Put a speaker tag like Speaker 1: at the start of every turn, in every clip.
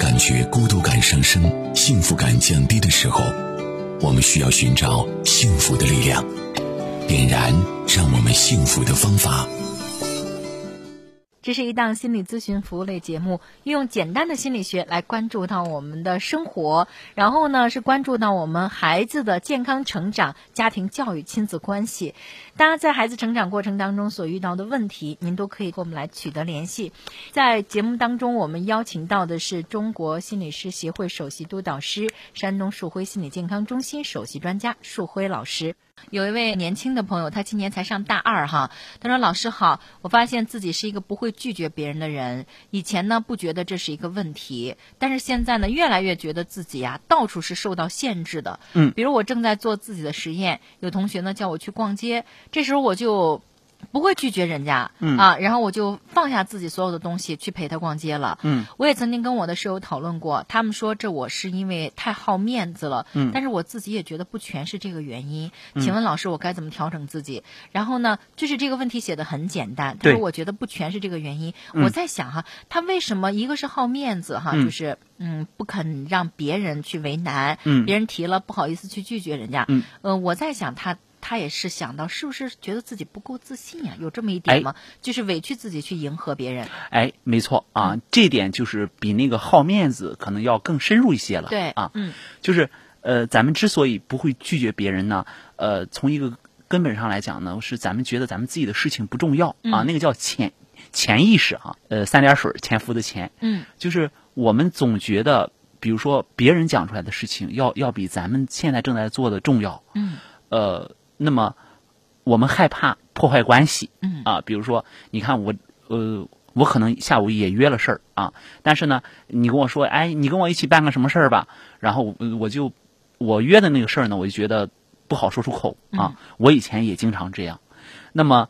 Speaker 1: 感觉孤独感上升、幸福感降低的时候，我们需要寻找幸福的力量，点燃让我们幸福的方法。
Speaker 2: 这是一档心理咨询服务类节目，运用简单的心理学来关注到我们的生活，然后呢是关注到我们孩子的健康成长、家庭教育、亲子关系。大家在孩子成长过程当中所遇到的问题，您都可以跟我们来取得联系。在节目当中，我们邀请到的是中国心理师协会首席督导师、山东树辉心理健康中心首席专家树辉老师。有一位年轻的朋友，他今年才上大二哈。他说：“老师好，我发现自己是一个不会拒绝别人的人。以前呢不觉得这是一个问题，但是现在呢越来越觉得自己呀、到处是受到限制的。
Speaker 3: 嗯
Speaker 2: 比如我正在做自己的实验，有同学呢叫我去逛街，这时候我就不会拒绝人家，
Speaker 3: 嗯
Speaker 2: 啊，然后我就放下自己所有的东西去陪他逛街了。
Speaker 3: 嗯
Speaker 2: 我也曾经跟我的室友讨论过，他们说这我是因为太好面子了，
Speaker 3: 嗯
Speaker 2: 但是我自己也觉得不全是这个原因。请问老师，我该怎么调整自己？然后呢，就是这个问题写的很简单，他
Speaker 3: 对
Speaker 2: 说我觉得不全是这个原因。
Speaker 3: 嗯
Speaker 2: 我在想哈，他为什么一个是好面子哈，
Speaker 3: 嗯
Speaker 2: 就是嗯不肯让别人去为难，
Speaker 3: 嗯
Speaker 2: 别人提了不好意思去拒绝人家，
Speaker 3: 嗯，
Speaker 2: 呃，我在想他。他也是想到，是不是觉得自己不够自信呀、有这么一点
Speaker 3: 哎
Speaker 2: 吗？就是委屈自己去迎合别人。
Speaker 3: 哎，没错
Speaker 2: 嗯
Speaker 3: 啊，这点就是比那个好面子可能要更深入一些了。
Speaker 2: 对，
Speaker 3: 啊，
Speaker 2: 嗯
Speaker 3: 就是呃，咱们之所以不会拒绝别人呢，呃，从一个根本上来讲呢，是咱们觉得咱们自己的事情不重要啊，
Speaker 2: 嗯
Speaker 3: 那个叫潜潜意识啊，呃，三点水儿潜伏的潜，
Speaker 2: 嗯
Speaker 3: 就是我们总觉得，比如说别人讲出来的事情要要比咱们现在正在做的重要，
Speaker 2: 嗯
Speaker 3: 呃，那么我们害怕破坏关系，
Speaker 2: 嗯
Speaker 3: 啊，比如说，你看我，呃，我可能下午也约了事儿啊，但是呢，你跟我说，哎，你跟我一起办个什么事儿吧，然后呃我就我约的那个事儿呢，我就觉得不好说出口啊，我以前也经常这样，那么。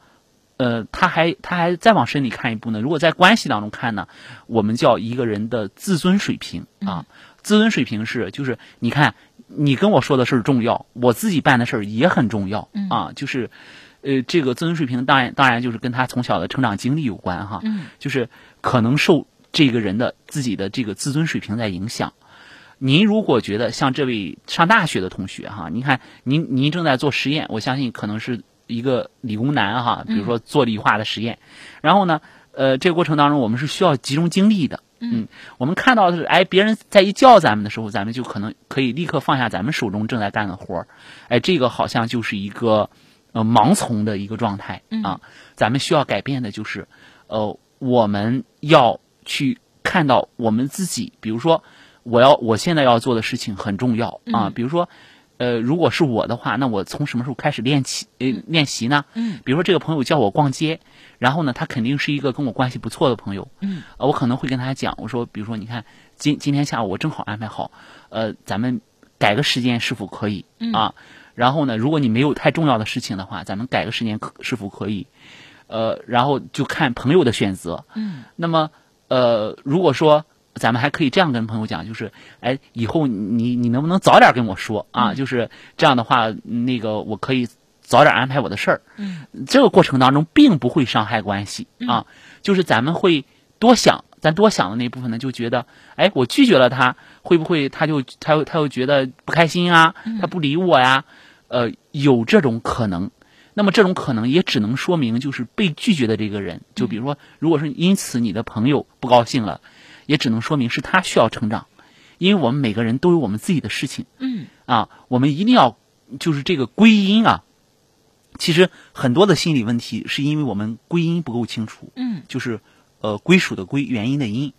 Speaker 3: 呃，他还他还再往深里看一步呢。如果在关系当中看呢，我们叫一个人的自尊水平啊，自尊水平是就是你看你跟我说的事儿重要，我自己办的事儿也很重要、
Speaker 2: 嗯
Speaker 3: 啊，就是呃，这个自尊水平当然当然就是跟他从小的成长经历有关哈，
Speaker 2: 嗯
Speaker 3: 就是可能受这个人的自己的这个自尊水平在影响。您如果觉得像这位上大学的同学哈，您看您您正在做实验，我相信可能是一个理工男哈，比如说做理化的实验，然后呢，呃，这个过程当中我们是需要集中精力的，
Speaker 2: 嗯
Speaker 3: 我们看到的是，哎，别人在一叫咱们的时候，咱们就可能可以立刻放下咱们手中正在干的活儿，哎，这个好像就是一个呃盲从的一个状态
Speaker 2: 嗯
Speaker 3: 啊。咱们需要改变的就是，呃，我们要去看到我们自己，比如说，我要我现在要做的事情很重要啊，
Speaker 2: 嗯
Speaker 3: 比如说。呃，如果是我的话，那我从什么时候开始练习？呃，练习呢？
Speaker 2: 嗯
Speaker 3: 比如说这个朋友叫我逛街，然后呢，他肯定是一个跟我关系不错的朋友，
Speaker 2: 嗯
Speaker 3: 呃，我可能会跟他讲，我说，比如说，你看，今今天下午我正好安排好，呃，咱们改个时间是否可以
Speaker 2: 嗯
Speaker 3: 啊？然后呢，如果你没有太重要的事情的话，咱们改个时间可是否可以？呃，然后就看朋友的选择。
Speaker 2: 嗯
Speaker 3: 那么，呃，如果说咱们还可以这样跟朋友讲，就是，哎，以后你你能不能早点跟我说啊？
Speaker 2: 嗯
Speaker 3: 就是这样的话，那个我可以早点安排我的事儿。
Speaker 2: 嗯
Speaker 3: 这个过程当中并不会伤害关系啊，就是咱们会多想，咱多想的那部分呢，就觉得，哎，我拒绝了他，会不会他就他又他又觉得不开心啊，他不理我呀、呃，有这种可能。那么这种可能也只能说明，就是被拒绝的这个人，就比如说，如果是因此你的朋友不高兴了，也只能说明是他需要成长，因为我们每个人都有我们自己的事情。
Speaker 2: 嗯
Speaker 3: 啊，我们一定要就是这个归因啊。其实很多的心理问题是因为我们归因不够清楚，
Speaker 2: 嗯
Speaker 3: 就是呃归属的归，原因的因，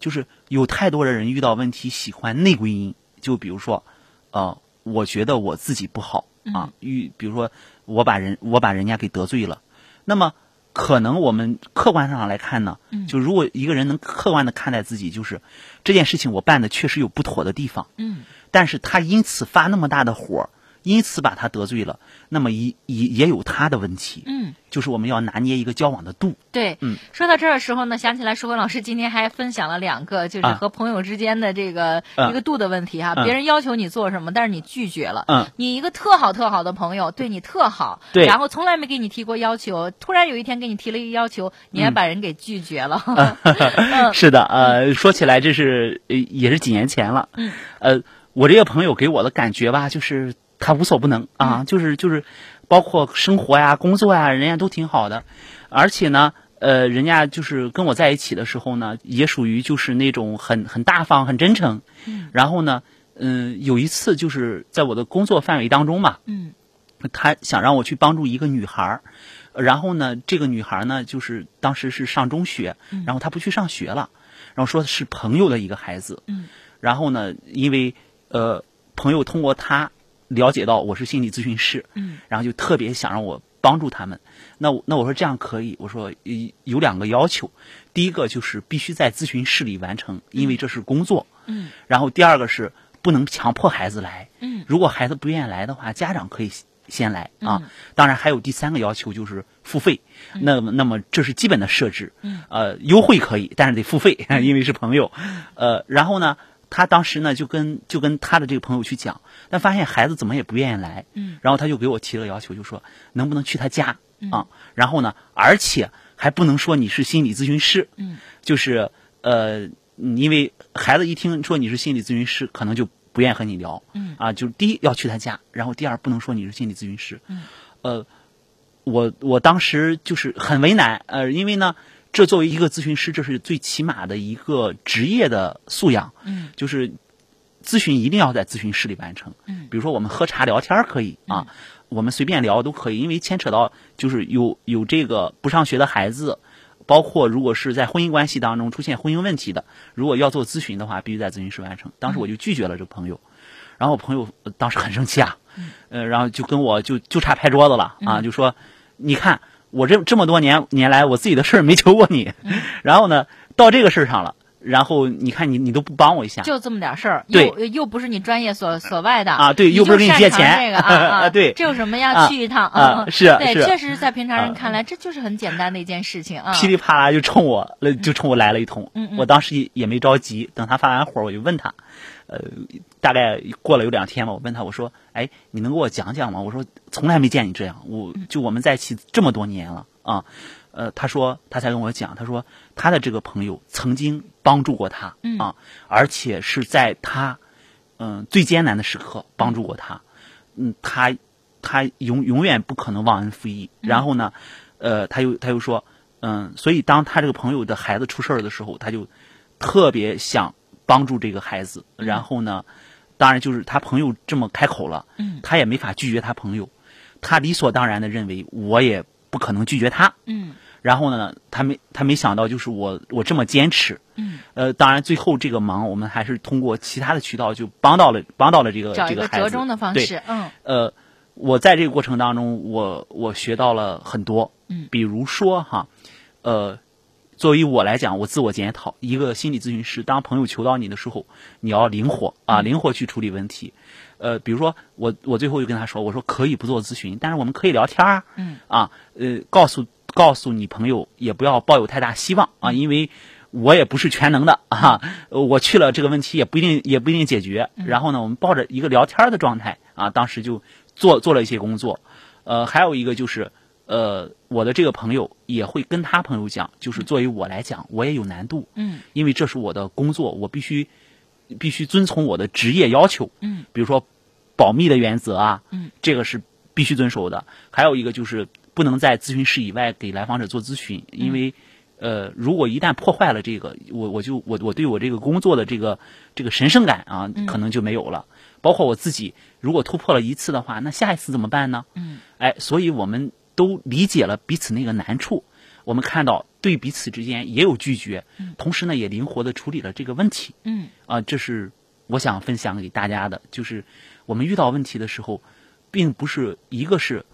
Speaker 3: 就是有太多的人遇到问题喜欢内归因，就比如说，呃，我觉得我自己不好啊，遇比如说我把人我把人家给得罪了，那么可能我们客观上来看呢，就如果一个人能客观的看待自己，就是这件事情我办的确实有不妥的地方，
Speaker 2: 嗯
Speaker 3: 但是他因此发那么大的火，因此把他得罪了，那么也也也有他的问题。
Speaker 2: 嗯，
Speaker 3: 就是我们要拿捏一个交往的度。
Speaker 2: 对，
Speaker 3: 嗯
Speaker 2: 说到这儿的时候呢，想起来舒文老师今天还分享了两个，就是
Speaker 3: 啊
Speaker 2: 和朋友之间的这个、
Speaker 3: 嗯
Speaker 2: 一个度的问题哈、
Speaker 3: 嗯
Speaker 2: 别人要求你做什么，但是你拒绝了。
Speaker 3: 嗯
Speaker 2: 你一个特好特好的朋友对你特好，
Speaker 3: 对
Speaker 2: 然后从来没给你提过要求，突然有一天给你提了一个要求，你还
Speaker 3: 嗯啊
Speaker 2: 把人给拒绝了。嗯
Speaker 3: 是的，呃，说起来这是呃也是几年前了。
Speaker 2: 嗯，
Speaker 3: 呃，我这个朋友给我的感觉吧，就是他无所不能啊，
Speaker 2: 嗯
Speaker 3: 就是就是，包括生活呀、工作呀，人家都挺好的，而且呢。呃，人家就是跟我在一起的时候呢，也属于就是那种很很大方、很真诚。
Speaker 2: 嗯
Speaker 3: 然后呢，嗯、有一次就是在我的工作范围当中嘛，
Speaker 2: 嗯
Speaker 3: 他想让我去帮助一个女孩儿，然后呢，这个女孩儿呢，就是当时是上中学，
Speaker 2: 嗯
Speaker 3: 然后她不去上学了，然后说是朋友的一个孩子，
Speaker 2: 嗯
Speaker 3: 然后呢，因为呃，朋友通过他了解到我是心理咨询师，
Speaker 2: 嗯
Speaker 3: 然后就特别想让我帮助他们。那我那我说这样可以，我说呃有两个要求，第一个就是必须在咨询室里完成，因为这是工作，
Speaker 2: 嗯
Speaker 3: 然后第二个是不能强迫孩子来，
Speaker 2: 嗯
Speaker 3: 如果孩子不愿意来的话，家长可以先来啊。
Speaker 2: 嗯
Speaker 3: 当然还有第三个要求就是付费，那么那么这是基本的设置，
Speaker 2: 嗯
Speaker 3: 呃，优惠可以，但是得付费， 因为是朋友，呃，然后呢。他当时呢，就跟就跟他的这个朋友去讲，但发现孩子怎么也不愿意来，
Speaker 2: 嗯，
Speaker 3: 然后他就给我提了要求，就说能不能去他家啊？然后呢，而且还不能说你是心理咨询师，
Speaker 2: 嗯，
Speaker 3: 就是呃，你因为孩子一听说你是心理咨询师，可能就不愿意和你聊，
Speaker 2: 嗯
Speaker 3: 啊，就是第一要去他家，然后第二不能说你是心理咨询师，
Speaker 2: 嗯，
Speaker 3: 呃，我我当时就是很为难，呃，因为呢，这作为一个咨询师，这是最起码的一个职业的素养，
Speaker 2: 嗯
Speaker 3: 就是咨询一定要在咨询室里完成，
Speaker 2: 嗯
Speaker 3: 比如说我们喝茶聊天儿可以啊，我们随便聊都可以，因为牵扯到就是有有这个不上学的孩子。包括如果是在婚姻关系当中出现婚姻问题的，如果要做咨询的话，必须在咨询室完成。
Speaker 2: 嗯
Speaker 3: 当时我就拒绝了这个朋友，然后我朋友呃当时很生气啊，呃，然后就跟我就就差拍桌子
Speaker 2: 嗯
Speaker 3: 了啊，就说你看我这这么多年年来我自己的事儿没求过你，
Speaker 2: 嗯
Speaker 3: 然后呢到这个事儿上了，然后你看你你都不帮我一下，
Speaker 2: 就这么点事儿，
Speaker 3: 对
Speaker 2: 又又不是你专业所所外的
Speaker 3: 啊对
Speaker 2: 你
Speaker 3: 又不
Speaker 2: 就
Speaker 3: 是给你
Speaker 2: 擅
Speaker 3: 借
Speaker 2: 长
Speaker 3: 钱
Speaker 2: 这个啊啊，
Speaker 3: 啊对
Speaker 2: 这有什么呀？
Speaker 3: 啊
Speaker 2: 去一趟
Speaker 3: 啊是啊
Speaker 2: 嗯对，
Speaker 3: 是啊
Speaker 2: 确实是在平常人看来，这就是很简单的一件事情啊，
Speaker 3: 噼里啪啦就冲我了，就冲我来了一通。
Speaker 2: 嗯嗯
Speaker 3: 我当时也也没着急，等他发完火，我就问他，呃，大概过了有两天吧，我问他，我说，哎，你能给我讲讲吗？我说从来没见你这样，我就我们在一起这么多年了啊，呃，他说他才跟我讲，他说他的这个朋友曾经帮助过他
Speaker 2: 嗯
Speaker 3: 啊，而且是在他嗯、最艰难的时刻帮助过他，嗯，他他永永远不可能忘恩负义。
Speaker 2: 嗯
Speaker 3: 然后呢，呃，他又他又说，嗯，所以当他这个朋友的孩子出事儿的时候，他就特别想帮助这个孩子。
Speaker 2: 嗯
Speaker 3: 然后呢，当然就是他朋友这么开口了，
Speaker 2: 嗯
Speaker 3: 他也没法拒绝他朋友，他理所当然的认为我也不可能拒绝他。
Speaker 2: 嗯
Speaker 3: 然后呢，他没他没想到就是我我这么坚持，
Speaker 2: 嗯，
Speaker 3: 呃，当然最后这个忙我们还是通过其他的渠道就帮到了帮到了这个
Speaker 2: 找一
Speaker 3: 这
Speaker 2: 个
Speaker 3: 孩子
Speaker 2: 折中的方
Speaker 3: 对
Speaker 2: 式，嗯
Speaker 3: 呃，我在这个过程当中，我我学到了很多，
Speaker 2: 嗯
Speaker 3: 比如说哈，呃，作为我来讲，我自我检讨，一个心理咨询师，当朋友求到你的时候，你要灵活啊，灵活去处理问题。呃，比如说我我最后就跟他说，我说可以不做咨询，但是我们可以聊天啊，
Speaker 2: 嗯
Speaker 3: 啊，呃，告诉告诉你朋友，也不要抱有太大希望啊，因为我也不是全能的啊，呃我去了这个问题也不一定也不一定解决。然后呢，我们抱着一个聊天的状态啊，当时就做做了一些工作，呃，还有一个就是。呃，我的这个朋友也会跟他朋友讲，就是作为我来讲，我也有难度，
Speaker 2: 嗯
Speaker 3: 因为这是我的工作，我必须必须遵从我的职业要求，
Speaker 2: 嗯，
Speaker 3: 比如说保密的原则啊，
Speaker 2: 嗯，
Speaker 3: 这个是必须遵守的。还有一个就是不能在咨询室以外给来访者做咨询，因为、
Speaker 2: 嗯
Speaker 3: 呃，如果一旦破坏了这个，我我就我我对我这个工作的这个这个神圣感啊，
Speaker 2: 嗯
Speaker 3: 可能就没有了。包括我自己，如果突破了一次的话，那下一次怎么办呢？
Speaker 2: 嗯，
Speaker 3: 哎，所以我们都理解了彼此那个难处，我们看到对彼此之间也有拒绝，同时呢也灵活的处理了这个问题。
Speaker 2: 嗯
Speaker 3: 啊，这是我想分享给大家的，就是我们遇到问题的时候，并不是一个是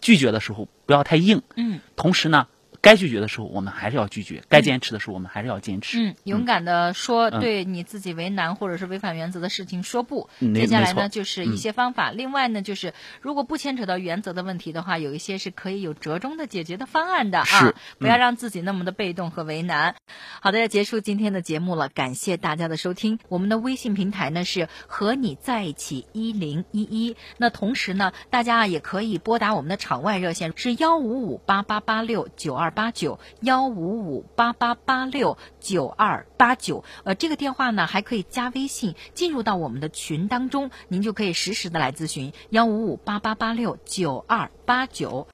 Speaker 3: 拒绝的时候不要太硬，
Speaker 2: 嗯
Speaker 3: 同时呢，该拒绝的时候我们还是要拒绝，该坚持的时候我们还是要坚持。
Speaker 2: 嗯，勇敢的说
Speaker 3: 嗯
Speaker 2: 对你自己为难或者是违反原则的事情说不。
Speaker 3: 嗯没
Speaker 2: 接下来
Speaker 3: 没
Speaker 2: 呢，
Speaker 3: 错
Speaker 2: 就是一些方法。另外呢，就是如果不牵扯到原则的问题的话，有一些是可以有折中的解决的方案的
Speaker 3: 是
Speaker 2: 啊
Speaker 3: 嗯，
Speaker 2: 不要让自己那么的被动和为难。好的，要结束今天的节目了，感谢大家的收听。我们的微信平台呢是和你在一起一零一一。那同时呢，大家啊也可以拨打我们的场外热线是幺五五八八八六九二八九幺五五八八八六九二八九。呃，这个电话呢还可以加微信进入到我们的群当中，您就可以实时的来咨询幺五五八八八六九二八九。